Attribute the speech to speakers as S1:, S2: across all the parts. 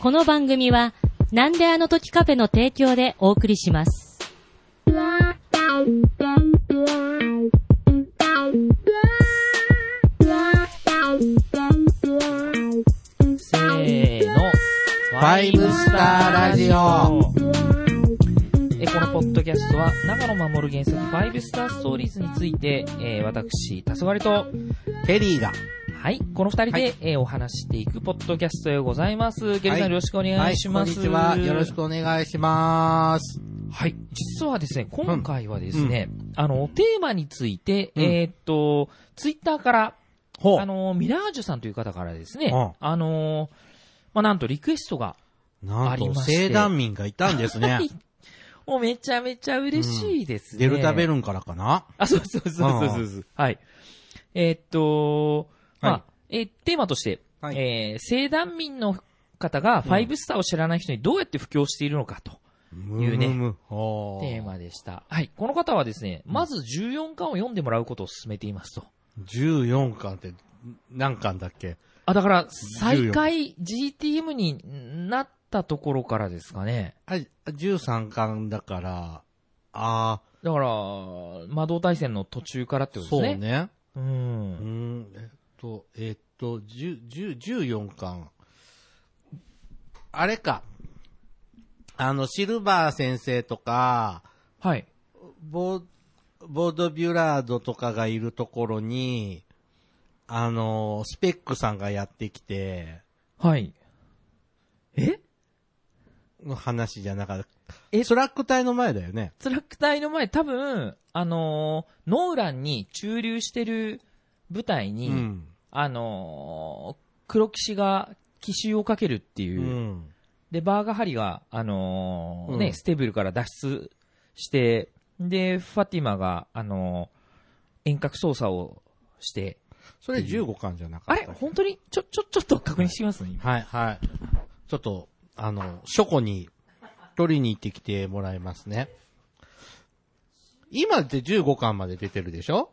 S1: この番組は、なんであの時カフェの提供でお送りします。
S2: せーの。フ
S3: ァイブスターラジオ。
S2: え、このポッドキャストは、長野守る原作ファイブスターストーリーズについて、えー、私、黄昏と、
S3: テリーが。
S2: はい、この二人で、
S3: はい
S2: えーお話していくポッドキャストでございます。ゲルさん、
S3: はい
S2: よろしくお願いします。
S3: こんにちは。よろしくお願いします。
S2: はい。実はですね、今回はですね、あの、テーマについて、
S3: うん
S2: えーっと、ツイッターから、
S3: ほ
S2: あの、ミラージュさんという方からですね、
S3: うん
S2: あのー、まあ、なんとリクエストが、
S3: な
S2: あ
S3: ん
S2: り
S3: と、
S2: まして
S3: 生団民がいたんですね
S2: はい。もうめちゃめちゃ嬉しいですね。
S3: デルタベルンからかな
S2: あ、そうそうそうそうそうそう。はい。えーっと、まあ、
S3: は
S2: えーテーマとして、
S3: はい
S2: えー、生団民の方がファイブスターを知らない人にどうやって布教しているのかと、
S3: む
S2: うね
S3: むむほう
S2: テーマでした。はい。この方はですね、まず14巻を読んでもらうことを勧めていますと。
S3: 14巻って何巻だっけ
S2: あ、だから、再開 GTM になったところからですかね。
S3: あ、13巻だから、あ
S2: だから、魔導大戦の途中からって
S3: ー、
S2: こと
S3: そう
S2: ですね。
S3: ね。
S2: そう。
S3: うんん、えっと、えっと、10 10 14巻。あれか。あの、シルバー先生とか、
S2: はい。
S3: ボーボードビュラードとかがいるところに、あの、スペックさんがやってきて、
S2: はい。え
S3: の話じゃなかった。
S2: え
S3: スラック隊の前だよね。
S2: スラック隊の前、多分、あのーノーランに駐留してる舞台
S3: う
S2: に、
S3: ん。
S2: あのー黒騎士が奇襲をかけるって
S3: う
S2: いう、
S3: ん。
S2: で、バーガハリが、あのー
S3: うん
S2: ね、ステーブルから脱出して、で、ファティマが、あのー遠隔操作をして、
S3: それ15巻じゃなか
S2: あ
S3: っ
S2: れ
S3: た。
S2: 本当にちょ、ちょ、ちょっと確認してみますね、今。
S3: はい、はい。ちょっと、あの、書庫に取りに行ってきてもらいますね。今って15巻まで出てるでしょ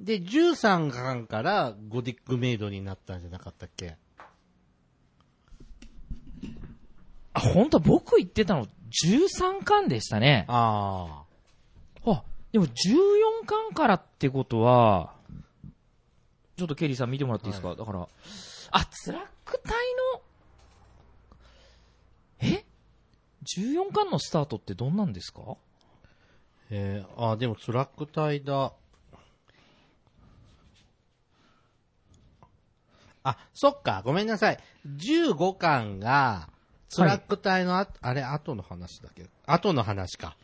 S3: で、13巻からゴディックメイドになったんじゃなかったっけ
S2: あ、本当僕言ってたの13巻でしたね。
S3: あ
S2: あ、でも14巻からってことは、ちょっとケリーさん見てもらっていいですか、だから、あ、ツラック隊の、え ?14 巻のスタートってどんなんですか
S3: あ。えー、あーでもスラック隊だ。あ、そっか、ごめんなさい。15巻が、スラック隊のあ、あれ、後の話だっけど、後の話か。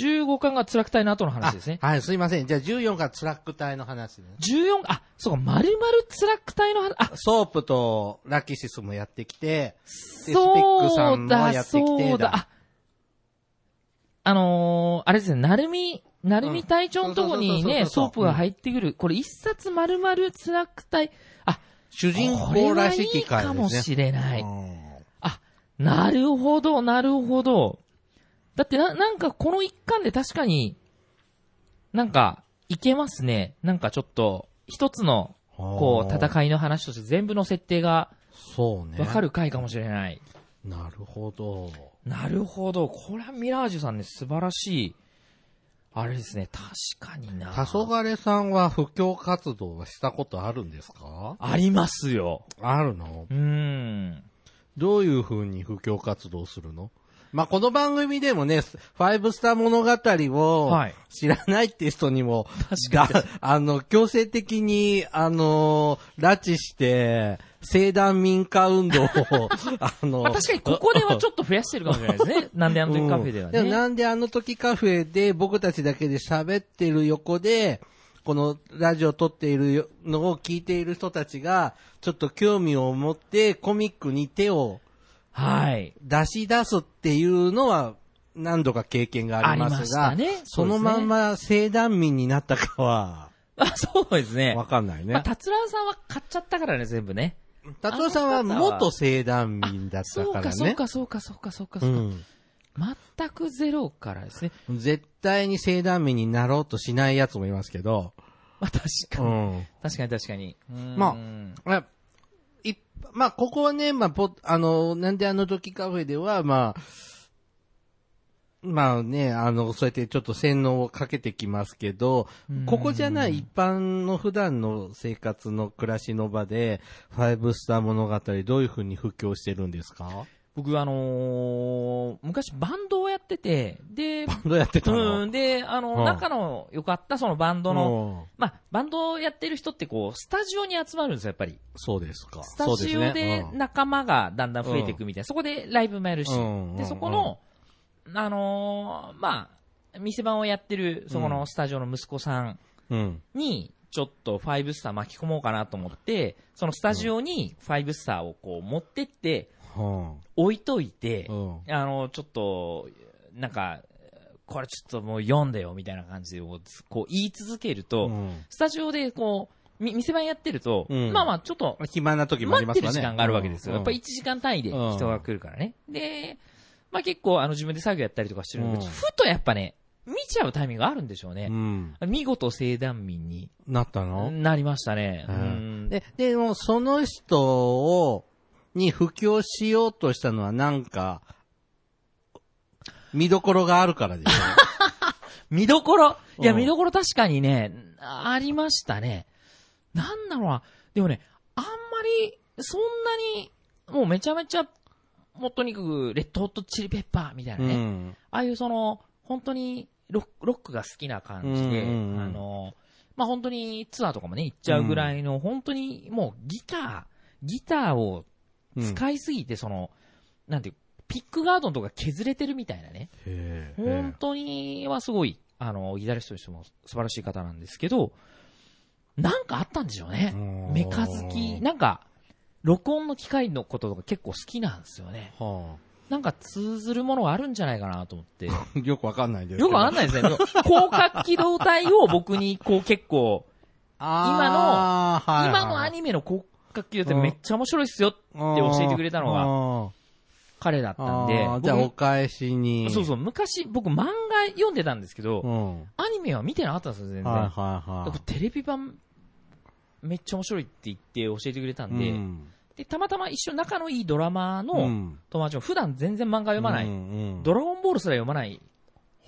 S2: ?15 巻がツラック隊の後の話ですね。
S3: あはい、すいません。じゃあ14がスラック隊の話ね。
S2: 14、あ、そうか、丸々ツラック隊の話、あ、
S3: ソープとラキシスもやってきて、で
S2: そう
S3: や
S2: だ、
S3: ってき
S2: そ
S3: て
S2: うだ、あ、あのー、あれですね、なるみ、なるみ隊長のとこに
S3: う
S2: ね、
S3: んそうそうそうそうそう
S2: ソープが入ってくる。これ一冊丸々ツラック隊、あ、
S3: 主人
S2: これ
S3: 公
S2: は
S3: ら
S2: い
S3: しき
S2: いか
S3: 回
S2: も
S3: です
S2: し
S3: ね。
S2: れない。
S3: うん
S2: あ、なるほど、なるほど。だってな、なんかこの一巻で確かに、なんか、いけますね。なんかちょっと、一つの、こう、
S3: あー
S2: 戦いの話として全部の設定が
S3: そうね。
S2: わかる回かもしれない。
S3: なるほど。
S2: なるほど。これはミラージュさんね、素晴らしい。あれですね、確かにな。
S3: 黄昏さんは布教活動はしたことあるんですか
S2: ありますよ。
S3: あるの
S2: うーん。
S3: どういう風に布教活動するのまあ、この番組でもね、ファイブスター物語を
S2: はい
S3: 知らないっていう人にも、
S2: 確
S3: が、あの、強制的に、あの、拉致して、生団民家運 動を、あの、
S2: まあ確かにここではちょっと増やしてるかもしれないですね。 なんであの時カフェではね。
S3: うんもなんであの時カフェで僕たちだけで喋ってる横で、このラジオ撮っているのを聞いている人たちが、ちょっと興味を持ってコミックに手を
S2: はい。
S3: 出し出すっていうのは何度か経験がありま
S2: ありますし
S3: が、
S2: たね
S3: そのまんま生団民になったかは、
S2: あ、そうですね。
S3: わかんないね。
S2: まあ、達郎さんは買っちゃったからね、全部ね。
S3: 達郎さんは元生団民だった
S2: そう
S3: か
S2: か、
S3: ら
S2: そう
S3: ね。
S2: か、そうか、そうか、そうか、
S3: う
S2: そうか。
S3: ん。
S2: 全くゼロからですね。
S3: 絶対に生団民になろうとしないやつもいますけど、
S2: まあ、確かに。
S3: うん
S2: 確かに、確かに。うーん
S3: まあ一まあ、ここはね、まあ、ポあの、なんであの時カフェでは、まあ、まあね、あの、そうやってちょっと洗脳をかけてきますけど
S2: うん、
S3: ここじゃない一般の普段の生活の暮らしの場で、ファイブスター物語どういうふうに布教してるんですか
S2: 僕、あのー昔バンドをやってて、で、
S3: どうやってたの
S2: うん、で、あの、
S3: うん
S2: 仲の良かったそのバンドの、
S3: の、
S2: まあ、バンドをやってる人ってこう、スタジオに集まるんですよ、やっぱり。
S3: そうですか。
S2: スタジオで
S3: そうすね
S2: 仲間がだんだん増えていくみたいな。そこでライブもやるし
S3: うん。
S2: で、そこの、あのーまあ、店番をやってる、そこのスタジオの息子さん
S3: うん。
S2: に、ちょっとファイブスター巻き込もうかなと思って、そのスタジオにファイブスターをこう持ってって、
S3: うん。
S2: 置いといて、
S3: うん。
S2: あの、ちょっと、なんか、これちょっともう読んでよみたいな感じで、こうこう言い続けると、
S3: うん
S2: スタジオでこう、み店番やってると、
S3: うん
S2: まあまあちょっと、
S3: 暇な時もあり
S2: 待っ
S3: ま
S2: て
S3: す
S2: る
S3: か
S2: 時
S3: ね。
S2: 間があるわけですよ。
S3: うん
S2: やっぱり1時間単位で
S3: うん
S2: 人が来るからね。で、まあ結構あの自分で作業やったりとかしてるんだけど
S3: うん
S2: ふとやっぱね、見ちゃうタイミングがあるんでしょうね
S3: う。ん。
S2: 見事正団民に
S3: なったの
S2: なりましたね。
S3: う
S2: うんん
S3: で、でも、その人を、に布教しようとしたのはなんか、見どころがあるからでしょ。
S2: 見どころいや、
S3: うん
S2: 見どころ確かにね、ありましたね。なんだろうな。でもね、あんまり、そんなに、もうめちゃめちゃ、もうとにかく、レッドホットチリペッパーみたいなね。
S3: うん
S2: あ あいうその、本当にロック、ロックが好きな感じで、
S3: うんうんうん
S2: あの、まあ、本当にツアーとかもね、行っちゃうぐらいの、本当にもうギター、ギターを
S3: うん
S2: 使いすぎて、その、なんていう、ピックガードンとか削れてるみたいなね。
S3: へえ
S2: 本当にはすごい、あの、ギタリストとしても素晴らしい方なんですけど、なんかあったんでしょうね。
S3: うん
S2: メカ好き。なんか、録音の機械のこととか結構好きなんですよね。
S3: は
S2: なんか通ずるものがあるんじゃないかなと思って。よ
S3: あ、 よくわかんないです
S2: くわかんないですね。でも広角機動隊を僕にこう結構、
S3: あーはいはい
S2: 今のアニメの広角機動隊めっちゃ面白いっすよ、
S3: うん
S2: 教えてくれたのが
S3: うん
S2: 彼だったんで
S3: あー。じゃあ、
S2: 僕
S3: お返しに。
S2: そうそう、昔僕漫画読んでたんですけど、
S3: うん。は
S2: アニメは見てなかったんですよ、
S3: い
S2: 全然。
S3: は
S2: だ
S3: い
S2: か
S3: は
S2: らテレビ版、めっちゃ面白いって言って教えてくれた
S3: い。
S2: んで、
S3: うん
S2: で、たまたま一緒仲のいいドラマー
S3: う
S2: の
S3: ん
S2: 友達も、普段全然漫画読まない、
S3: うんうん
S2: ドラゴンボールすら読まない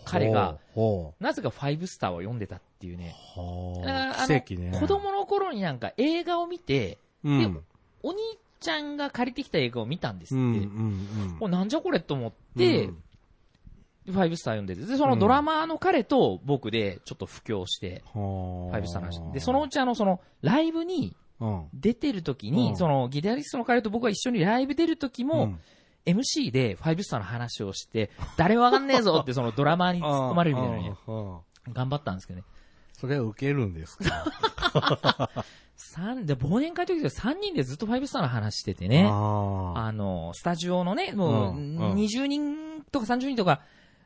S2: 彼が、
S3: ほ
S2: なぜかファイブスターを読んでたっていう
S3: う
S2: ね。
S3: ほうほ
S2: だ
S3: う
S2: からあの
S3: 奇跡ね。
S2: 子供の頃になんか映画を見て、
S3: うん
S2: でお兄ちゃんが借りてきた映画を見たんです
S3: う
S2: って。
S3: んうん
S2: もうなんじゃこれと思っ
S3: うん
S2: て、
S3: うん
S2: ファイブスター読んでて、で、そのドラマーの彼と僕でちょっと布教して、
S3: ほ
S2: フ
S3: う
S2: ァイブスターの話。で、そのうちあの、その、ライブに、
S3: うん、
S2: 出てる時
S3: う
S2: に、
S3: ん
S2: そのギタリストの彼と僕が一緒にライブ出る時
S3: う
S2: も
S3: ん、
S2: MC でファイブスターの話をして、 誰もわかんねえぞってそのドラマーに突っ込まれるみたいなね、
S3: うんうんうん
S2: 頑張ったんですけどね。
S3: それは受けるんですか
S2: 三、で、忘年会の時で3人でずっとファイブスターの話しててね、
S3: ああ。
S2: あの、スタジオのね、もう
S3: うんうん
S2: 20人とか30人とか、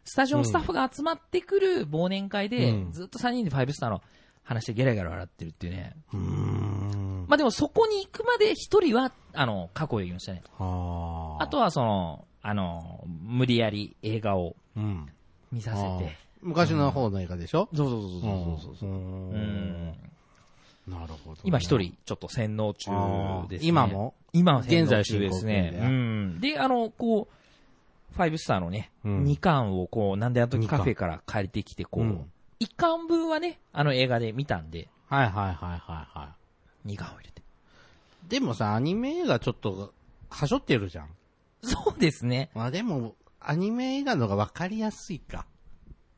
S2: スタジオのスタッフが集まってくる忘年会で
S3: う、ん
S2: ずっと3人でファイブスターの話でゲラゲラ笑ってるっていうね。
S3: うーん。
S2: まあでもそこに行くまで一人は、あの、過去で言いましたね。
S3: あ
S2: あとはその、あの、無理やり映画を
S3: うん。
S2: 見させ
S3: あー
S2: て。
S3: 昔の方の映画でしょ
S2: そうそうそうそうそう
S3: う
S2: う。
S3: ん。
S2: ん。
S3: なるほど。
S2: 今一。人、ちょっと洗脳中です、ね。
S3: 今も
S2: 今は洗
S3: 現在
S2: 脳中ですね。
S3: 進行形
S2: う
S3: で
S2: ん。で、あの、こう、ファイブスターのね、
S3: うん
S2: 2巻をこう、なんであの時カフェから借りてきて、こう、
S3: うん
S2: 1巻分はね、あの映画で見たんで、
S3: はいはいはいはいは
S2: 2巻を入れて。
S3: い。でもさ、アニメ映画ちょっと、はしょってるじゃん。
S2: そうですね。
S3: まあでも、アニメ映画の方がわかりやすいか。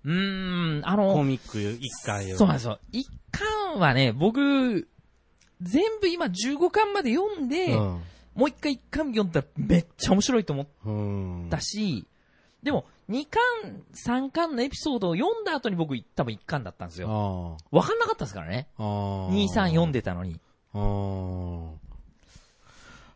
S2: うーん、あ
S3: コ
S2: の、
S3: ミック一回
S2: そうなんですよ。1巻はね、僕、全部今15巻まで読んで、
S3: よ。
S2: もう一回一巻読んだらめっちゃ面白いと思っ
S3: うん。うん。
S2: たし、でも、二巻、三巻のエピソードを読んだ後に僕多分一巻だったんですよ。
S3: あ
S2: わかんなかったですからね。
S3: あ。ああ。
S2: 二三読んでたのに。
S3: あー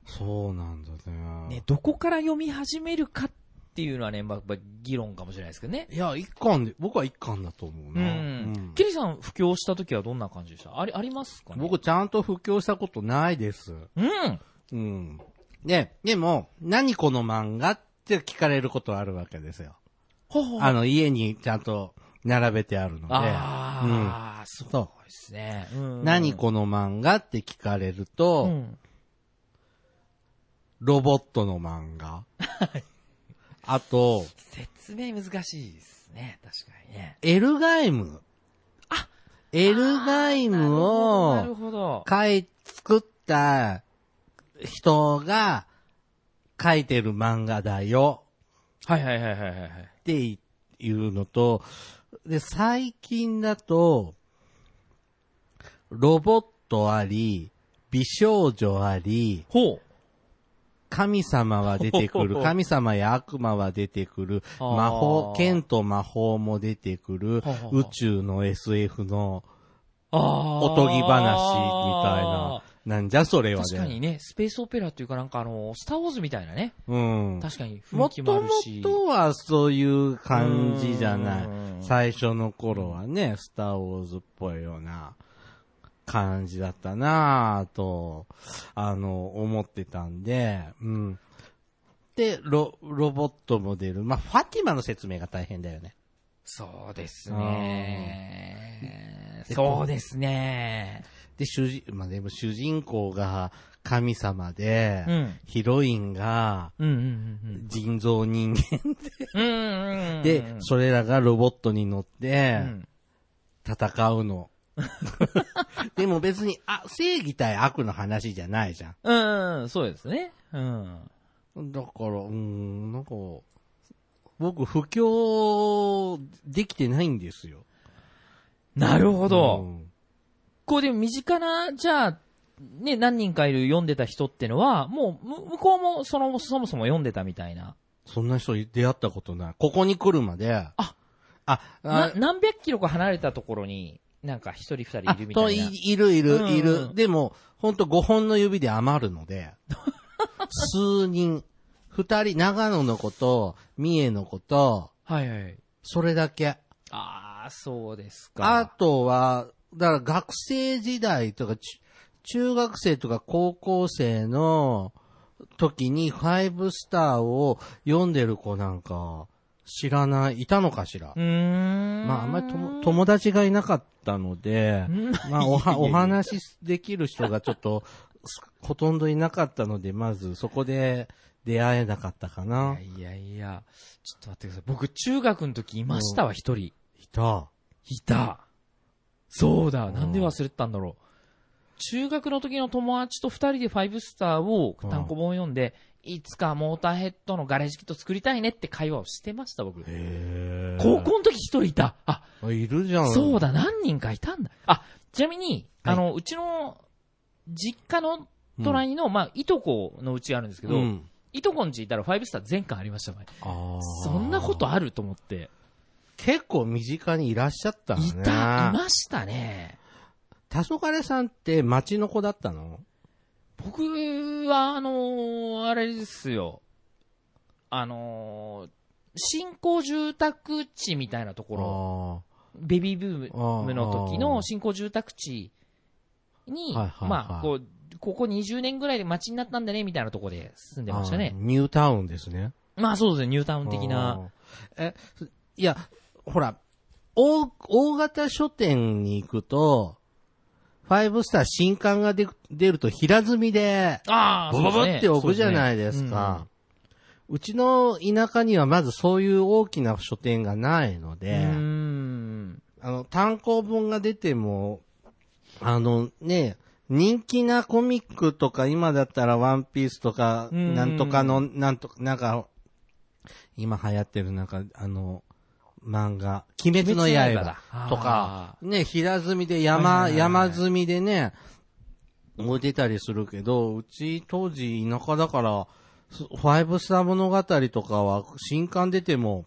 S3: そうなんだね。
S2: ね、どこから読み始めるかっていうのはね、まあ、まあ議論かもしれないですけどね。
S3: いや、一巻で、僕は一巻だと思う
S2: う
S3: な。
S2: ん。ケリーさん、布教した時はどんな感じでしたあり、ありますか
S3: うん
S2: ね
S3: 僕、ちゃんと布教したことないです。
S2: うん。
S3: うん。で、でも、何この漫画って聞かれることはあるわけですよ。
S2: ほほ。
S3: あの、家にちゃんと並べてあるので。
S2: ああ、すごい
S3: そ
S2: ですね。うん
S3: 何この漫画って聞かれる
S2: う
S3: と、
S2: ん。
S3: ロボットの漫画。あと、
S2: 説明難しいですね。確かにね。
S3: エルガイム。
S2: あ
S3: エルガイム
S2: なる
S3: を、
S2: ほど。
S3: かい、作った人が書いてる漫画だよ
S2: はいはいはいはいはいはい。
S3: っていうのと、で、最近だと、ロボットあり、美少女あり、
S2: ほう。
S3: 神様は出てくる。 神様や悪魔は出てくる。
S2: あー
S3: 魔法、剣と魔法も出てくる
S2: ははは。
S3: 宇宙の SF の
S2: あ
S3: おとぎ話みたいな。なんじゃそれはね。
S2: 確かにね、スペースオペラっていうかなんかあの、スターウォーズみたいなね。
S3: うん。
S2: 確かに雰
S3: も
S2: 囲気もあ
S3: と
S2: る
S3: も
S2: し。
S3: とはそういう感じじゃな
S2: うーん
S3: い。最初の頃はね、スターウォーズっぽいような感じだったなぁと、あの、思ってたんで、うん。で、ロ、ロボットも出る。まあ、ファティマの説明が大変だよね。
S2: そうですね。そうですね。
S3: で、主人、まあ、でも主人公が神様で、
S2: うん。
S3: ヒロインが
S2: うんうん
S3: 人造人間
S2: うんうん。うんうん。
S3: で、それらがロボットに乗って、
S2: うん。
S3: 戦うの。 でも別に、あ、正義対悪の話じゃないじゃ
S2: うんうん、そうですね。うん。
S3: ん。だから、うーん、なんか、僕、不況できてないんですよ。
S2: なるほ
S3: う
S2: ど。
S3: ん
S2: こうでも身近な、じゃあ、ね、何人かいる読んでた人ってのは、もう、む向こうもその、そもそも読んでたみたいな。
S3: そんな人出会ったことない。ここに来るまで、あ、
S2: あ
S3: あ、
S2: な何百キロか離れたところに、なんか一人二人い
S3: あ
S2: るみ
S3: と
S2: た
S3: い
S2: いな。
S3: いるい
S2: うんう
S3: る
S2: ん
S3: いる。でも、ほんと5本の指で余る ので、数人、2人、長野の子と、三重の子と、
S2: はいはい。
S3: それだけ。
S2: ああ、そうですか。
S3: あとは、だから学生時代とか、ち中学生とか高校生の時にファイブスターを読んでる子なんか知らない、いたのかしら。
S2: うーん。
S3: まああんまり とも友達がいなかったので、まあおはお話しできる人がちょっとすほとんどいなかったので、まずそこで出会えなかったかな。
S2: いやいやいや、ちょっと待ってください。僕、中学の時いましたわ、一人。
S3: いた。
S2: いた。そうだ。
S3: ん
S2: なんで忘れてたんだろう。中学の時の友達と二人でファイブスターを単行本を読んで、いつかモーターヘッドのガレージキット作りたいねって会話をしてました、僕。
S3: へ
S2: 高校の時一人いた。あ、
S3: 校いるじゃん。
S2: そうだ、何人かいたんだ。あ、ちなみに、
S3: はい
S2: あの、うちの、実家の隣の、まあ、いとこのうちがあるんですけ
S3: け
S2: ど、いとこんちいたらファイブスター全巻ありましたからねそ
S3: そ
S2: んなことあると思って。
S3: 結構身近にいらっしゃったのね。
S2: いた、いましたね。
S3: 黄昏さんって町の子だったの
S2: 僕は、あのーあれですよ。あのー新興住宅地みたいなところ、ベビーブ
S3: あ
S2: ー
S3: ー
S2: ムの時の新興住宅地に、
S3: はいはいはい
S2: まあ、こう、ここ20年ぐらいで町になったんだね、みたいなところで住んでました
S3: あ
S2: ね
S3: ー。ニュータウンですね。
S2: まあそうですね、ニュータウン的な。
S3: あー。え、いや、ほら、大、大型書店に行くと、ファイブスター新刊が出出ると平積みで、
S2: ああ、
S3: ボボボ
S2: そうですね
S3: って置くじゃないです。か。うちの田舎にはまずそういう大きな書店がないの
S2: そうで
S3: で、
S2: すねうん。
S3: あの、単行本が出ても、あのね、人気なコミックとか、今だったらワンピースとか、
S2: うん
S3: なんとかの、なんとか、なんか、今流行ってるなんか、あの、漫画、鬼滅の
S2: 鬼滅の
S3: 刃
S2: 刃だ
S3: とか、ね、平積みで山、
S2: はいはいはいはい
S3: 山積みでね、置いてたりするけど、うち当時田舎だから、ファイブスター物語とかは新刊出ても、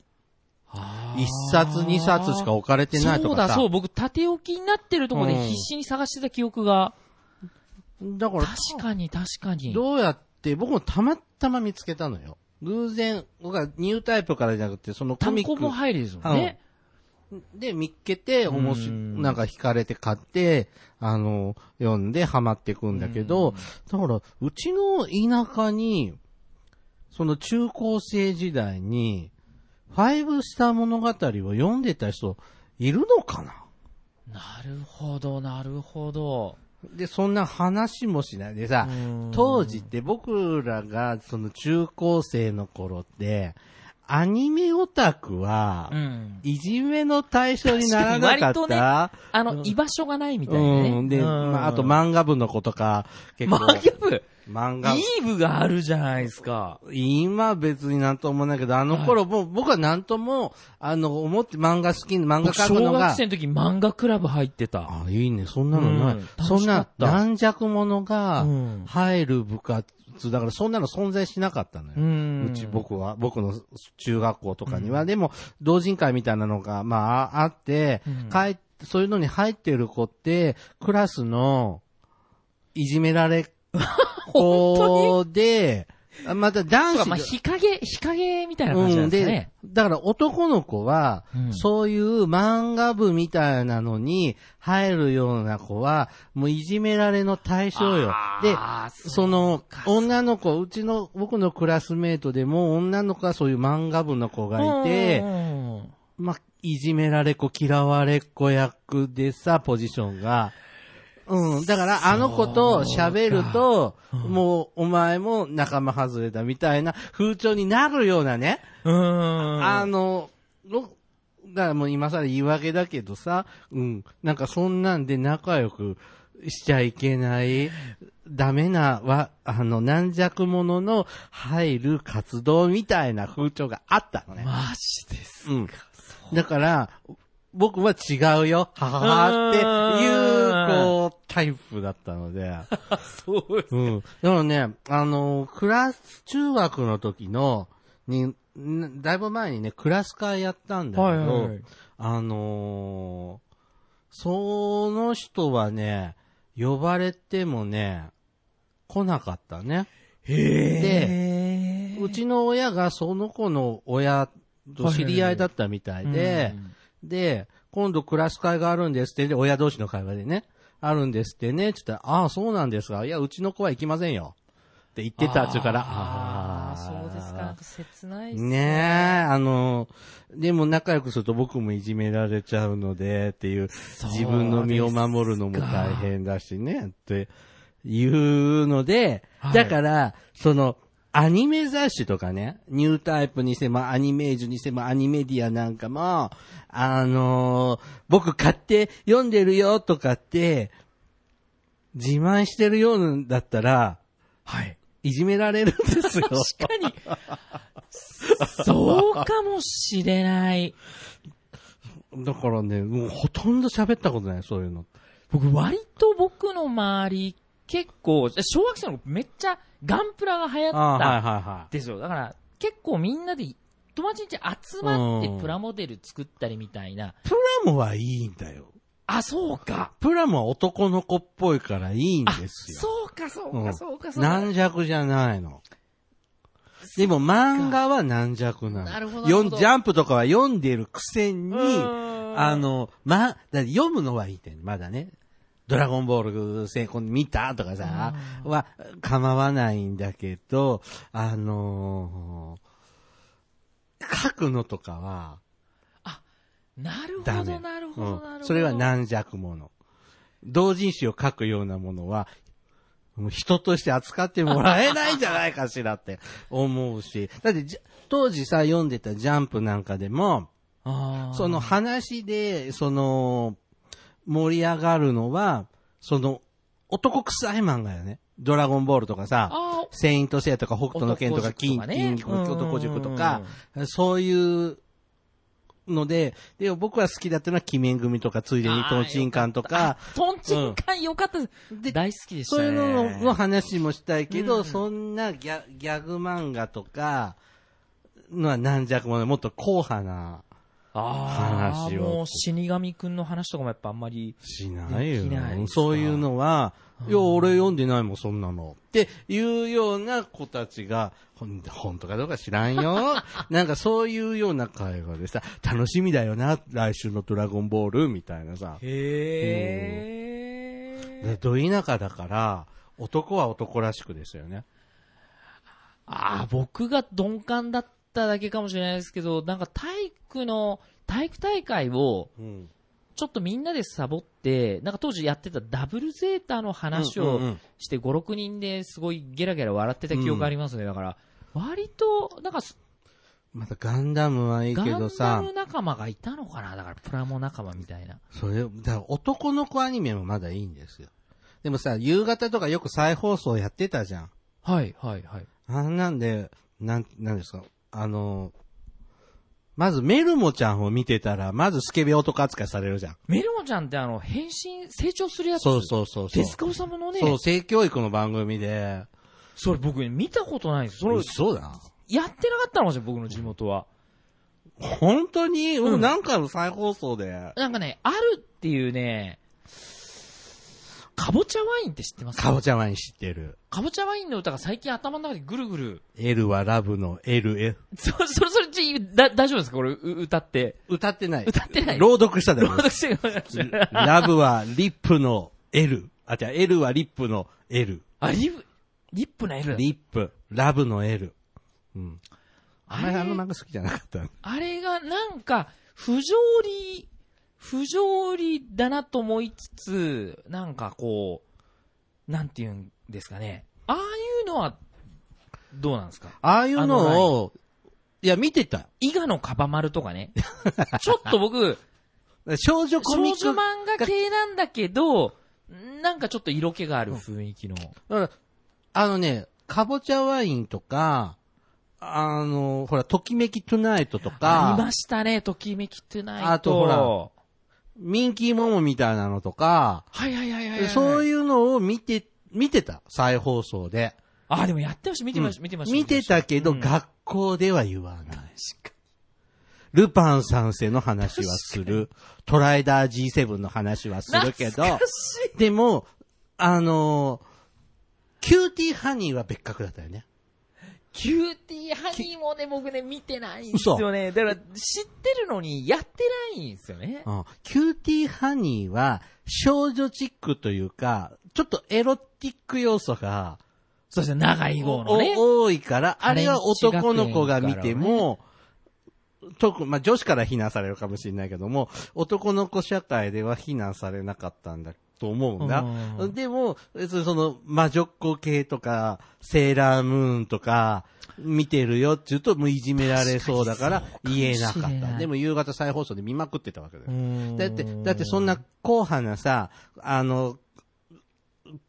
S2: あー
S3: 一冊二冊しか置かれてないとかさ。
S2: そうだ、そう、僕、縦置きになってるところで
S3: うん
S2: 必死に探してた記憶が。
S3: だから、
S2: 確かに、確かに。
S3: どうやって、僕もたまたま見つけたのよ。偶然、僕はニュータイプからじゃなくて、そのコ
S2: 単
S3: ミ
S2: 行本
S3: ッ
S2: 入りですもんね。
S3: クで見っけて、
S2: ん
S3: 面白い、なんか惹かれて買って、あの、読んでハマっていくんだけど、だから、うちの田舎に、その中高生時代に、ファイブスター物語を読んでた人、いるのかな
S2: なるほど、なるほど。
S3: で、そんな話もしないでさ、当時って僕らがその中高生の頃って、アニメオタクは
S2: う、ん。
S3: いじめの対象にならなかっ
S2: 確かに
S3: た。
S2: あの、居場所がないみたいなね。
S3: うん。で、まあ、あと漫画部の子とか、結構
S2: マ、ギャブ
S3: 漫画
S2: イーブがあるじゃないですか。
S3: 今は別になんともないけど、あの頃もう僕はなんとも、あの、思って漫画好き、漫画
S2: 僕、
S3: 描く
S2: 小
S3: のが
S2: 学生、の時漫画クラブ入ってた。
S3: あ、いいね。そんなのない。
S2: うん楽しかった
S3: そんな軟弱者が
S2: うん
S3: 入る部活、だからそんなの存在しなかったのよ。
S2: ん
S3: うち僕は、僕の中学校とかには、でも、同人会みたいなのが、まあ、ああって、
S2: うん
S3: 帰っそういうのに入ってる子って、クラスの、いじめられっ子 で、また
S2: そ
S3: 男
S2: うか
S3: 子
S2: まあ、
S3: が、
S2: 日陰、日陰みたいな感じな
S3: うんん
S2: ですかね。、
S3: だから男の子は、
S2: うん
S3: そういう漫画部みたいなのに入るような子は、もういじめられの対象よ。で、
S2: あー
S3: その、女の子、うちの、僕のクラスメートでも、女の子はそういう漫画部の子がいて、
S2: うん
S3: まあ、いじめられっ子、嫌われっ子役でさ、ポジションが。うん。だから、あの子と喋ると、もう、お前も仲間外れだみたいな風潮になるようなね。
S2: うん。
S3: あの、ろだからもう今更言い訳だけどさ、うん。なんかそんなんで仲良くしちゃいけない、ダメな、わ、あの、軟弱者の入る活動みたいな風潮があったのね。
S2: マジです。
S3: うん。だから、僕は違うよ、はははっていう、こう、タイプだったので。
S2: そうです。
S3: うん。でもね、あの、クラス、中学の時の、に、んだいぶ前にね、クラス会やったんだけど、
S2: はいはいはい
S3: あのーその人はね、呼ばれてもね、来なかったね。
S2: へえ。
S3: うちの親がその子の親と知り合いだったみたいで、で、今度クラス会があるんですって、で親同士の会話でね、あるんですってね、ちょっと、ああ、そうなんですか。いや、うちの子は行きませんよ。って言ってたっちゅうから、
S2: ああ、
S3: ー
S2: そうですか。なんか切ないっす
S3: ねえ、あの、でも仲良くすると僕もいじめられちゃうので、っていう、
S2: う
S3: 自分の身を守るのも大変だしね、っていうので、
S2: はい
S3: だから、その、アニメ雑誌とかね、ニュータイプにしてもアニメージュにしてもアニメディアなんかも、あのー僕買って読んでるよとかって、自慢してるようだったら、
S2: はい。
S3: いじめられるんですよ。
S2: 確かに。そうかもしれない。
S3: だからね、もうほとんど喋ったことない、そういうの。
S2: 僕、割と僕の周り、結構、小学生の頃めっちゃガンプラが流行っ
S3: はい
S2: た
S3: はいは
S2: ですよ。だから、結構みんなで、友達ん家集まって
S3: うん
S2: プラモデル作ったりみたいな。
S3: い。プラモはいいんだよ。
S2: あ、そうか。
S3: プラモは男の子っぽいからいいんですよ。
S2: そうか、そう
S3: う
S2: か、
S3: ん
S2: そうか、そうか。
S3: 軟弱じゃないの。でも漫画は軟弱なの。
S2: なるほど
S3: 読ん
S2: なるほど
S3: ジャンプとかは読んでるくせに、
S2: うん
S3: あの、ま、だって読むのはいいって、まだね。ドラゴンボール戦今見たとかさ、は構わないんだけど、あのー書くのとかは、
S2: なるほ
S3: ダ
S2: ど、
S3: メ。
S2: なるほど、なるほ
S3: う
S2: ど。
S3: んそれは軟弱者。同人誌を書くようなものは、もう人として扱ってもらえないんじゃないかしらって思うし。だってじ、当時さ、読んでたジャンプなんかでも、
S2: あー
S3: その話で、その、盛り上がるのは、その、男臭い漫画よね。ドラゴンボールとかさ、
S2: あー
S3: セイントセイヤとか北斗の剣とか
S2: 男塾
S3: 金、
S2: とかね
S3: 金、男塾とか
S2: うんうん、
S3: そういうので、で、僕は好きだったのは、鬼面組とか、ついでにトンチンカンとか、、
S2: あトンチンカンよかったです。
S3: で
S2: 大好きでした
S3: そう
S2: ね。
S3: いうのの話もしたいけど、
S2: うん
S3: そんなギャギャグ漫画とか、のは軟弱者、もっと硬派な、
S2: ああ、
S3: 話を
S2: もう死神くんの話とかもやっぱあんまり。
S3: しないよ
S2: できないですか
S3: そういうのは、いや、俺読んでないもん、そんなの。っていうような子たちが、ほん本当かどうか知らん よ。なんかそういうような会話でさ、楽しみだよな、来週のドラゴンボール、みたいなさ。
S2: へえ。
S3: でど田舎だから、男は男らしくですよね。
S2: ああ、僕が鈍感だっただけかもしれないですけど、なんか体育の、体育大会を、
S3: うん。
S2: ちょっとみんなでサボって、なんか当時やってたダブルゼータの話
S3: うんうんう
S2: を
S3: ん
S2: して5、6人ですごいゲラゲラ笑ってた記憶ありますね。だから、割と、なんかす、
S3: またガンダムはいい
S2: ガ
S3: け
S2: ン
S3: ど
S2: ダ
S3: さ、
S2: ム仲間がいたのかなだから、プラモ仲間みたいな。
S3: それ、だから男の子アニメもまだいいんですよ。でもさ、夕方とかよく再放送やってたじゃん。
S2: はい、はい、はい。
S3: あんなんで、なん、なんですか、あの、まずメルモちゃんを見てたら、まずスケベ男扱いされるじゃん。
S2: メルモちゃんってあの、変身、成長するやつ。
S3: そうそうそうそう。
S2: 手塚治虫のね、
S3: そう、性教育の番組で。
S2: それ僕ね見たことないんです。それ、
S3: そうだ。
S2: やってなかったのかしら、僕の地元は。
S3: 本当に、
S2: うん
S3: うん、なんかの再放送で。
S2: なんかね、あるっていうね、かぼちゃワインって知ってます
S3: かぼちゃワイン知ってる。
S2: かぼちゃワインの歌が最近頭の中でぐるぐる。
S3: L はラブの LF。
S2: そ、それ、それ、ち、だ、大丈夫ですかこれ、う歌って。
S3: 歌ってない。
S2: 歌ってない
S3: 朗読しただろ。
S2: 私が、
S3: ラブはリップの L。あ、じゃ L はリップの L。
S2: あ、リブ、リップの L。
S3: リップ、ラブの L。うん。あん
S2: あ
S3: まりあの
S2: れ、
S3: 漫画好きじゃなかった。
S2: あれがなんか、不条理、不条理だなと思いつつ、なんかこう、なんていうんですかね。ああいうのは、どうなんですか
S3: ああいうのを、いや、見てた。
S2: 伊賀のカバ丸とか ね。ちょっと僕、
S3: 少女コミッ
S2: 少
S3: ク。
S2: 女漫画系なんだけど、なんかちょっと色気がある雰囲気の。
S3: だからあのね、かぼちゃワインとか、あの、ほら、ときめきトゥナイトと
S2: あり
S3: か
S2: ま、したね、ときめきってない
S3: あとほらミンキーモモみたいなのとか、
S2: はいはいはいはいはい。
S3: そう
S2: う。
S3: いうのを見て、見てた、再放送で。
S2: あ、でもやってました、見てました、見てました。
S3: 見てたけど、
S2: うん
S3: 学校では言わない。ルパン三世の話はする。トライダー G7 の話はするけど、
S2: 懐かしい
S3: でも、あのキューティーハニーは別格だったよね。
S2: キューティーハニーもね、僕ね、見てないんですよね。だから、知ってるのに、やってないんですよね
S3: う。んキューティーハニーは少女チックというか、ちょっとエロティック要素が、
S2: そして、長井号のね。
S3: お多いから、あれは
S2: ハレンチ学
S3: 男
S2: 園
S3: の子が見ても、特、まあ、女子から非難されるかもしれないけども、男の子社会では非難されなかったんだと思うんだ。
S2: うん
S3: でも、別にその、魔女っ子系とか、セーラームーンとか、見てるよって言うと、もういじめられそうだから
S2: 確か、にそう
S3: 言えな
S2: か
S3: か
S2: もし
S3: っ
S2: れない
S3: た。でも、夕方再放送で見まくってたわけだ
S2: う
S3: よ。
S2: ん
S3: だって、だってそんな硬派なさ、あの、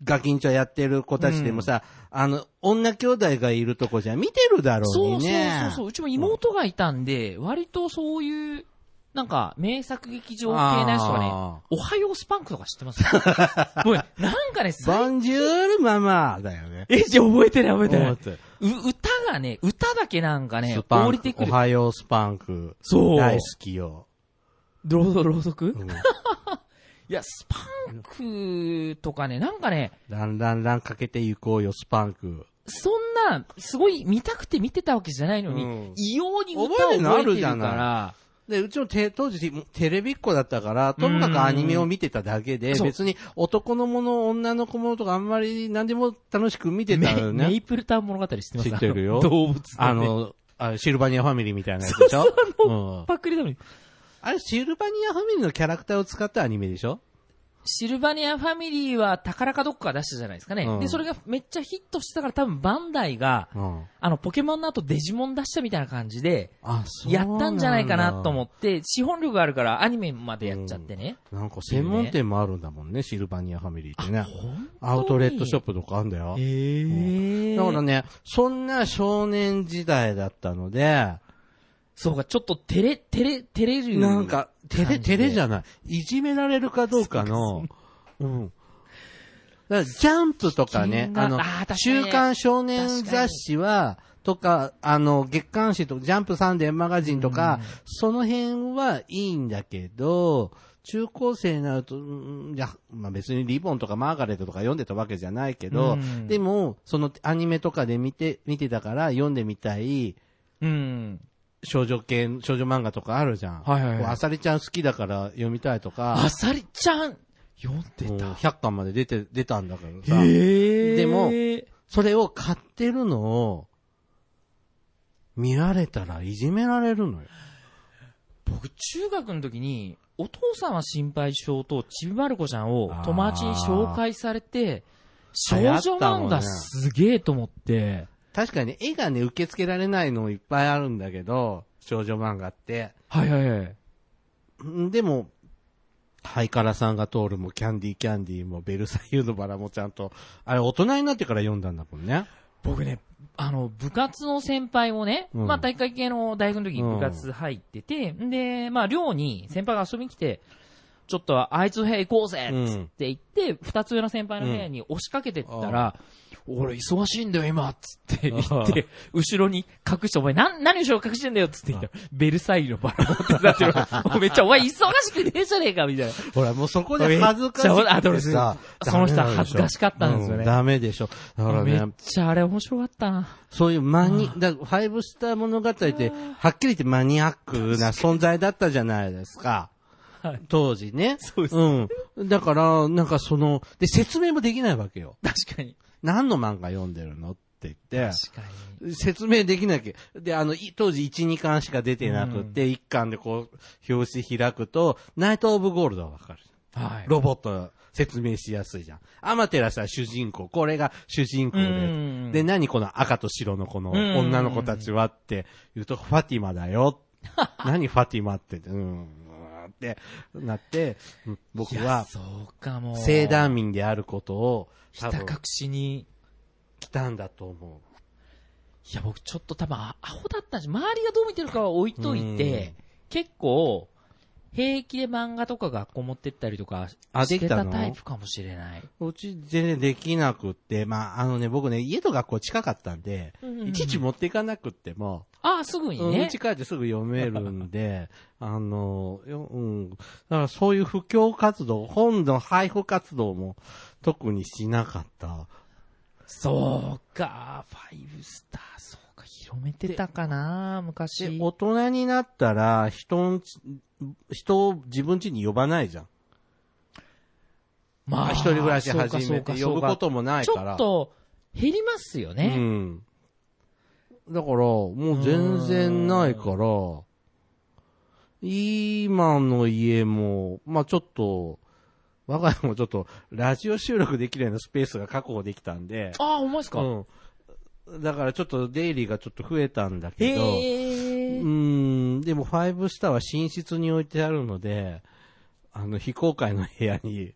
S3: ガキンチョやってる子たちでもさ、あの、女兄弟がいるとこじゃ見てるだろう
S2: そう
S3: に
S2: そう
S3: ね。
S2: そうそう。うちも妹がいたんで、割とそういう、なんか、名作劇場系のやつとかね
S3: あ、
S2: おはようスパンクとか知ってますごめんなんかね、さ
S3: ボンジュールママだよね。
S2: え、じゃあ覚えてない覚えてない
S3: 思。って
S2: う歌がね、歌だけなんかね
S3: ス、パ
S2: 降
S3: ン
S2: り
S3: ク
S2: て、く
S3: お
S2: る。
S3: はようスパンク。
S2: そう
S3: 大好きよ。
S2: ろうそろうそく
S3: うん
S2: いや、スパンクとかね、なんかね、
S3: ランランランかけていこうよ、スパンク。
S2: そんな、すごい見たくて見てたわけじゃないのに、
S3: うん
S2: 異様に歌を
S3: 覚えてるの
S2: 覚え
S3: あ
S2: て
S3: る
S2: る
S3: じゃ
S2: か
S3: ない
S2: ら、
S3: で、うちもテ当時テレビっ子だったから、ともかくアニメを見てただけで、
S2: うんそう
S3: 別に男のもの、女の子ものとかあんまり何でも楽しく見てたよ
S2: メメイ
S3: ね。
S2: プルタウン物語知ってます
S3: 知ってるよ
S2: あの 動物のね
S3: あの、あのシルバニアファミリーみたいなやつでしょうん
S2: パクリだもん。
S3: あれ、シルバニアファミリーのキャラクターを使ったアニメでしょ
S2: シルバニアファミリーは宝かどっか出したじゃないですかね。
S3: うん
S2: で、それがめっちゃヒットしてたから多分バンダイが、
S3: うん。
S2: あの、ポケモンの後デジモン出したみたいな感じで、
S3: あ、そう
S2: やったんじゃないかなと思
S3: っ
S2: って、資本力があるからアニメまでやっちゃってね。
S3: て。なんか専門店もあるんだもんね、シルバニアファミリーってね。
S2: 本当に
S3: アウトレットショップとかあんだよ。
S2: へー
S3: だからね、そんな少年時代だったので、
S2: そうか、ちょっと照れ、照れ、照れる。
S3: なんか、照
S2: 感
S3: れ、
S2: じ
S3: 照れじゃない。いじめられるかどうかの、うん。だからジャンプとかね
S2: 金、が
S3: あの
S2: あー確か、に
S3: 週刊少年雑誌は、とか、あの、月刊誌とか、ジャンプサンデーマガジンとか、その辺はいいんだけど、中高生になると、うんいや、まあ、別にリボンとかマーガレットとか読んでたわけじゃないけど、
S2: うん
S3: でも、そのアニメとかで見て、見てたから読んでみたい、
S2: うん。
S3: 少女系、少女漫画とかあるじゃん。
S2: はいはいはい
S3: こうあさりちゃん好きだから読みたいと
S2: あ
S3: か、
S2: さりちゃん、読んで
S3: うん
S2: た。
S3: 100巻まで出て、出たんだからさ、
S2: へ
S3: でもそれを買ってるのを、見られたらいじめられるのよ。
S2: 僕、中学の時に、お父さんは心配性と、ちびまる子ちゃんを友達に紹介されて、少女漫画すげえと思って、
S3: 確かに絵がね、受け付けられないのもいっぱいあるんだけど、少女漫画って。
S2: はいはいはい。
S3: んでも、ハイカラさんが通るも、キャンディーキャンディーも、ベルサイユのバラもちゃんと、あれ大人になってから読んだんだもんね。
S2: 僕ね、あの、部活の先輩もね、
S3: うん
S2: まあ、体育会系の大学の時に部活入ってて、んで、まあ、寮に先輩が遊びに来て、ちょっとあいつの部屋行こうぜっつって言って、二、つ上の先輩の部屋に押しかけてったら、俺忙しいんだよ今っつって言って、後ろに隠して、お前なん、何後ろ隠してんだよっつって言ったら、ベルサイユのバラ持ってたっていう のもうめっちゃお前忙しくねえじゃねえかみたいな。
S3: ほら、もうそこで恥ずかし
S2: めっちゃ
S3: く
S2: あどう
S3: て
S2: です
S3: さ、
S2: その人は
S3: ダメなんでし
S2: 恥
S3: ょ
S2: ずかしかったんですよね
S3: うダメでしょ。だから
S2: めっ
S3: ね、
S2: ちゃあれ面白かったな。
S3: そういうマニ、だファイブスター物語って、はっきり言ってマニアックな存在だったじゃないですか。
S2: はい
S3: 当時ね。
S2: そうです
S3: うん。だから、なんかその、で、説明もできないわけよ。
S2: 確かに。
S3: 何の漫画読んでるのって言って。
S2: 確かに。
S3: 説明できなきゃ。で、あの、い当時1、2巻しか出てなくて、1巻でこう、表紙開くと、ナイト・オブ・ゴールドはわかる。
S2: はい。
S3: ロボット説明しやすいじゃん。アマテラスは主人公、これが主人公
S2: うん
S3: で、で、何この赤と白のこの
S2: うん
S3: 女の子たちはって言うと、ファティマ だよ。何ファティマって、うん、うーってなって、うん僕
S2: いや
S3: は、
S2: そうかも。
S3: 聖団民であることを、
S2: ひ
S3: 多
S2: た隠
S3: 分、
S2: しに。
S3: 来たんだと思う。
S2: いや、僕ちょっと多分、あアホだったし、周りがどう見てるかは置いといて、結構、平気で漫画とか学校持ってったりとか
S3: あ
S2: して
S3: できた
S2: た
S3: の
S2: タイプかもしれない。
S3: うち全然できなくって、まあ、あのね、僕ね、家と学校近かったんで、いちいち持っていかなくっても、
S2: ああ、すぐに
S3: うん
S2: ね
S3: 家。帰ってすぐ読めるんで、 あの、ようん。だからそういう布教活動、本の配布活動も特にしなかった。
S2: そうか、ファイブスター、そうか、広めてたかな、
S3: で
S2: 昔。
S3: 大人になったら、人んち、人を自分家に呼ばないじゃん。
S2: ま
S3: あ、一人暮らし始
S2: そ
S3: め
S2: うか
S3: て
S2: そ
S3: 呼
S2: う
S3: ぶ
S2: か
S3: こともない
S2: ち
S3: か
S2: ょ
S3: ら。
S2: っと、減りますよ
S3: う
S2: ね。
S3: ん。だから、もう全然ないから、今の家も、まあちょっと、我が家もちょっと、ラジオ収録できるようなスペースが確保できたんで、
S2: ああ、お前ですか。
S3: うん。だからちょっと出入りがちょっと増えたんだけど、
S2: へえ
S3: う。ーん、でもファイブスターは寝室に置いてあるので、あの、非公開の部屋に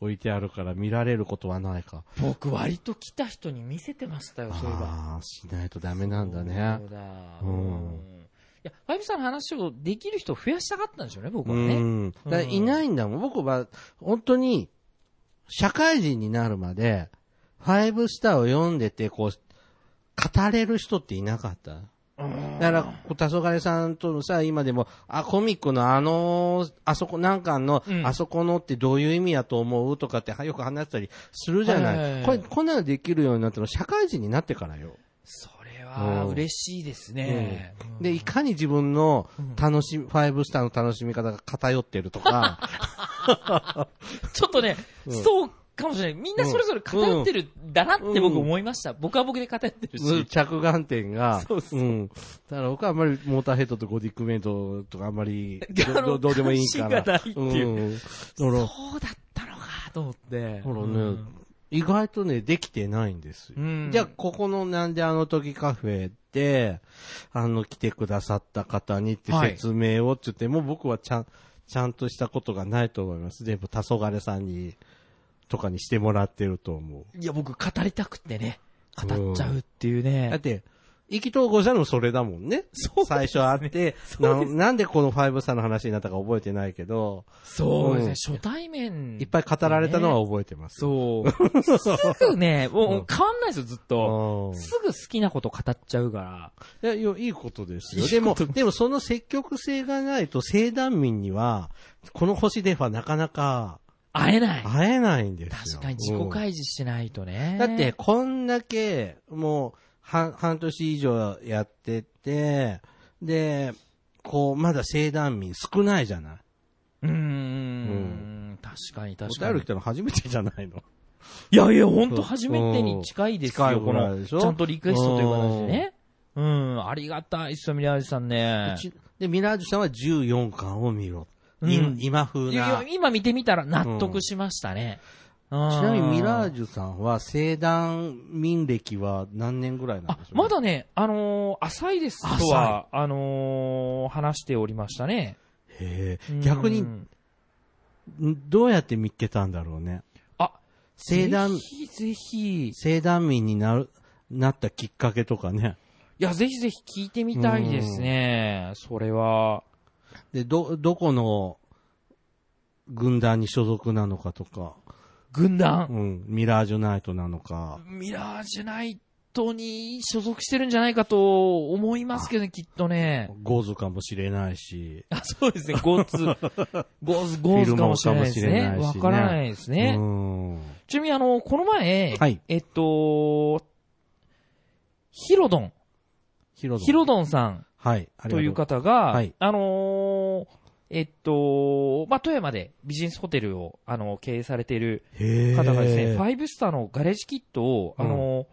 S3: 置いてあるから見られることはないか。
S2: 僕割と来た人に見せてましたよ、そういえば。
S3: ああ、しないとダメなんだね
S2: そ。うだ。
S3: うん
S2: いや、ファイブさんの話をできる人を増やしたかったんでしょうね、僕
S3: う
S2: はね。
S3: ん。だからいないんだもん。僕は、本当に、社会人になるまで、ファイブスターを読んでて、こう、語れる人っていなかった。だから、こう黄昏さんとのさ、今でも、あ、コミックのあの、あそこ、なんかの、
S2: うん
S3: あそこのってどういう意味やと思うとかってはよく話したりするじゃな
S2: はい
S3: い。
S2: はいはい
S3: これ、こんなのできるようになったの、社会人になってからよ。
S2: それは嬉しいですね。うん
S3: で、いかに自分の楽しみ、ファイブスターの楽しみ方が偏ってる とか、
S2: ちょっとね、そうかもしれない。みんなそれぞれ偏ってるんだなって僕思いました。僕は僕で偏ってる
S3: うん
S2: し。
S3: 着眼点が、うん。だから僕はあんまりモーターヘッドとゴディックメイトとかあん まりどどどうでもいい
S2: 関心
S3: か
S2: がな
S3: ら。。
S2: いっていうん
S3: だから、
S2: そうだったのかと思って。
S3: ほら
S2: う
S3: ね、
S2: ん
S3: 意外とね、できてないんですよ。
S2: うん
S3: じゃあ、ここのなんであの時カフェで、あの、来てくださった方にって
S2: はい
S3: 説明をって言って、もう僕はちゃん、ちゃんとしたことがないと思います。全部、黄昏さんに、とかにしてもらってると思う。
S2: いや、僕語りたくてね、語っちゃうっていうね
S3: だっ。て、意気投合したのもそれだもんね。
S2: そう
S3: 最初あ って、ななんでこの5さんの話になったか覚えてないけど、
S2: そうですね、
S3: うん
S2: 初対面。
S3: いっぱい語られたのは覚えてます。
S2: そう。すぐ ね、もう変わんないですよ、ずっと。
S3: うん
S2: すぐ好きなこと語っちゃうから。
S3: いやいやいいことです
S2: い
S3: よ。
S2: い
S3: でも、
S2: こと
S3: でもその積極性がないと、正団民には、この星ではなかなか
S2: 会えない。
S3: 会えないんですよ。
S2: 確かに自己
S3: うん
S2: 開示しないとね。
S3: だって、、こんだけ、もう、半、半年以上やってて、で、こう、まだ正団民少ないじゃないう
S2: ーん。確かに
S3: お
S2: 確か
S3: 便り
S2: に
S3: 来。たの初めてじゃないの。
S2: いやいや、ほんと初めてに近いです
S3: うん
S2: よ、
S3: 近い
S2: こ
S3: ぐらい
S2: の、
S3: で
S2: ち
S3: しょ
S2: ゃんとリクエストという形でね。うん、ありがたいっすよ、ミラージュさんね
S3: う。ちで、ミラージュさんは14巻を見ろ。
S2: うん
S3: 今今風
S2: いや
S3: な。
S2: 今見てみたら納得しましたね。ち
S3: ち
S2: な
S3: なみにミラージュさんは生誕民歴は何年ぐらいなん
S2: あ
S3: でしょう、
S2: まだね、あのー浅いですとは、あのー話しておりましたね。
S3: へ
S2: う
S3: え
S2: ん
S3: 逆に、どうやって見っけたんだろうね。
S2: あ、
S3: 生
S2: ぜ
S3: 誕、
S2: ひぜひ、い
S3: 生誕民になる、なったきっかけとかね。
S2: や、ぜひぜひ聞いてみたいですね。それは、
S3: で、ど、どこの軍団に所属なのかとか、
S2: 軍
S3: う
S2: 団、
S3: ん、ミラージュナイトなのか。
S2: ミラージュナイトに所属してるんじゃないかと思いますけどね、きっとね。
S3: ゴーズかもしれないし。
S2: あ、そう ですね、ゴーツ、ゴーズ、ゴーズかもしれないです
S3: フィル
S2: ね。わ
S3: モかもしれないしね
S2: からないですね。
S3: うん。
S2: ちなみに、あの、この前、
S3: はい
S2: えっと、ヒロドン、
S3: ヒロドン
S2: ヒロドンさん
S3: はい。ありが
S2: という
S3: う
S2: 方が、
S3: はい
S2: あのーえっと、まあ、富山でビジネスホテルを、あの、経営されている
S3: へー
S2: 方がですね、ファイブスターのガレージキットを、あのー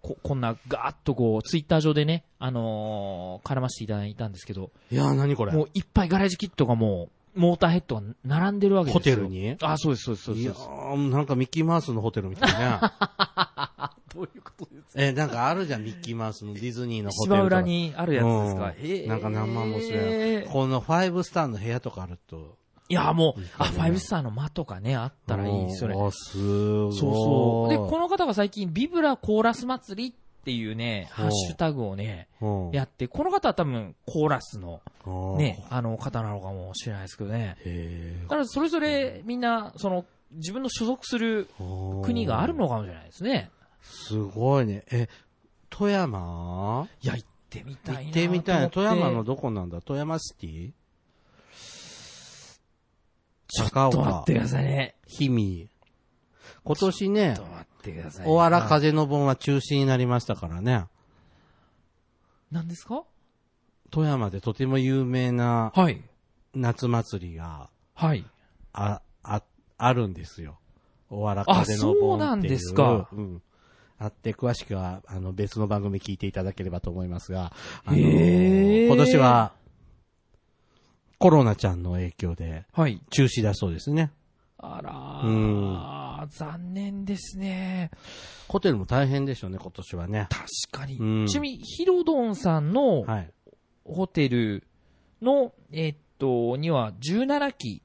S2: こ、こんなガーッとこう、ツイッター上でね、あのー絡ませていただいたんですけど、
S3: いやー、何これ。
S2: もういっぱいガレージキットがもう、モーターヘッドが並んでるわけですよ。
S3: ホテルに
S2: あ、そうです、そうです、そう
S3: い
S2: で
S3: や
S2: す。
S3: ーなんかミッキーマウスのホテルみた いな。
S2: どういうことですか
S3: えーなんかあるじゃん、ミッキーマウスのディズニーのホテルとか。
S2: 芝浦にあるやつですか。
S3: うん
S2: えー
S3: なんか何万もする。このファイブスターの部屋とかあると。
S2: いや、もう
S3: いい、
S2: あ、
S3: かもね
S2: ファイブスターの間とかね、あったらいいですよね。
S3: あ、すごい。
S2: そうそう。で、こ
S3: の、
S2: の方が最近、ビブラコーラス祭りっていうね、
S3: ほう
S2: ハッシュタグをね、
S3: うん
S2: やって、この方は多分、コーラスの、
S3: あー
S2: ね、あの、方なのかもしれないですけどね。
S3: へ
S2: だから、それぞれ、みんな、その、自分の所属する
S3: ー
S2: 国があるのかもしれないですね。
S3: すごいね。え、富山
S2: いや、行ってみたいなと
S3: 行
S2: 思
S3: っ
S2: って。
S3: てみたいな。富山のどこなんだ富山シティ
S2: ちょっ
S3: 高
S2: と待っ
S3: 岡
S2: て、くださいね。
S3: 氷見。今年ね
S2: ちょっ、と待ってくださいね。
S3: おわら風の盆は中止になりましたからね。
S2: 何ですか
S3: 富山でとても有名な
S2: はい。
S3: 夏祭りが
S2: はい。
S3: あ、あ、あるんですよ。おわら風の盆っていう。
S2: あそうなんですか
S3: うん。あって、詳しくは、あの、別の番組聞いていただければと思いますが、あの
S2: へー
S3: 今年は、コロナちゃんの影響で、
S2: はい。
S3: 中止だそうですね。
S2: あらー
S3: う
S2: 残念ですね。
S3: ホテルも大変でしょうね、今年はね。
S2: 確かに。
S3: うん
S2: ちなみに、ヒロドンさんの
S3: はい。
S2: ホテルの、えっと、には17期、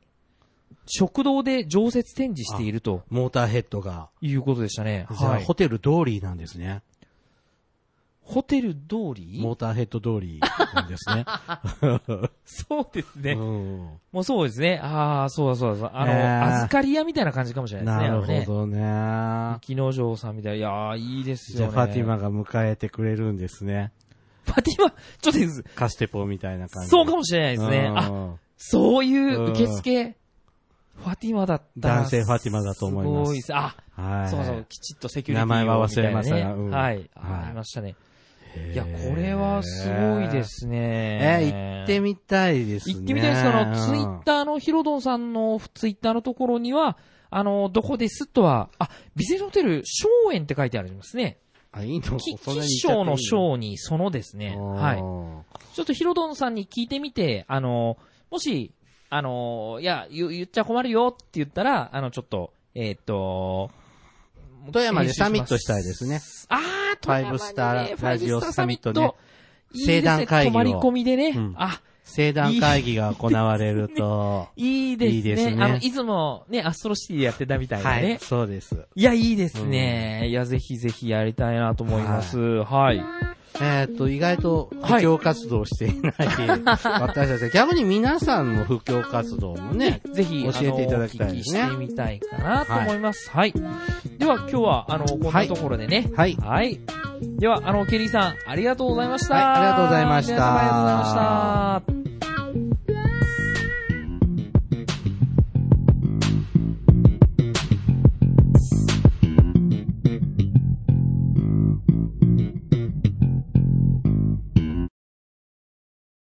S2: 食堂で常設展示していると
S3: モーターヘッドが。
S2: いうことでしたね。
S3: じゃあ、
S2: はい。
S3: ホテル通りなんですね。
S2: ホテル通り
S3: モーターヘッド通りなんです ね。
S2: そうですね。
S3: うん
S2: もうそうですね。ああ、そうだそうだそうだ。あの、
S3: えー
S2: 預かり屋みたいな感じかもしれないです
S3: な
S2: ね。
S3: るほ
S2: あのね。
S3: どね。
S2: 木之丞さんみたいな。いやーいいですよ
S3: じゃ
S2: ね。
S3: あ、ファティマ。が迎えてくれるんですね。
S2: ファティマ、ちょっとです。
S3: カステポみたいな感じで。
S2: そうかもしれないですね。あ、
S3: あ、
S2: そういう受付、ファティマだったら。
S3: 男性ファティマだと思い
S2: す
S3: ます
S2: ごいです。あ、
S3: はい。
S2: そうそう、きちっとセキュリティを
S3: 名前は忘れましたが
S2: みたいなね
S3: うん
S2: はい、
S3: はい
S2: ありましたね。
S3: へー
S2: いや、これはすごいで。すね。
S3: えー、行ってみたいですね。
S2: 行ってみたいです。あの、ツイ
S3: うん
S2: ッターのヒロドンさんのツイッターのところには、あの、どこですとは、あ、ビゼルホテル、松園って書いてありますね。
S3: あ、いいの
S2: き、
S3: そんなに
S2: 吉
S3: 言っちゃ
S2: 祥の
S3: っていい
S2: 章にそのですね。
S3: の
S2: はい。
S3: あ
S2: ちょっとヒロドンさんに聞いてみて、あの、もし、あの、いや、言言っちゃ困るよって言ったら、あの、ちょっと、えーっと、
S3: ー富山でサミットしたいですね。
S2: あー、富山にね
S3: ファイブスターラジオサミットね。
S2: いいですね
S3: 盛大会議を
S2: 泊まり込みでね。
S3: うん
S2: あ、
S3: 聖団会議が行われると。
S2: いいですね。
S3: いいですね
S2: あの、いつもね、アストロシティでやってた みたいな
S3: は
S2: ね。
S3: い、そうです。
S2: いや、いいですね。いや、ぜひぜひやりたいなと思います。はい。
S3: えーっと、意外と
S2: は
S3: 布
S2: い
S3: 教活動していない、 私たち。逆に皆さんの布教活動もね、
S2: ぜひ、
S3: 教えていただきた
S2: あのお聞
S3: い
S2: き
S3: ですね
S2: してみたいかなと思います。はい。では、今日は、あの、こんなところでね。
S3: はい
S2: はい。では、あの、ケリーさん、ありがとうございました。
S3: はいありがとうございました
S2: 皆様ありがとうございました。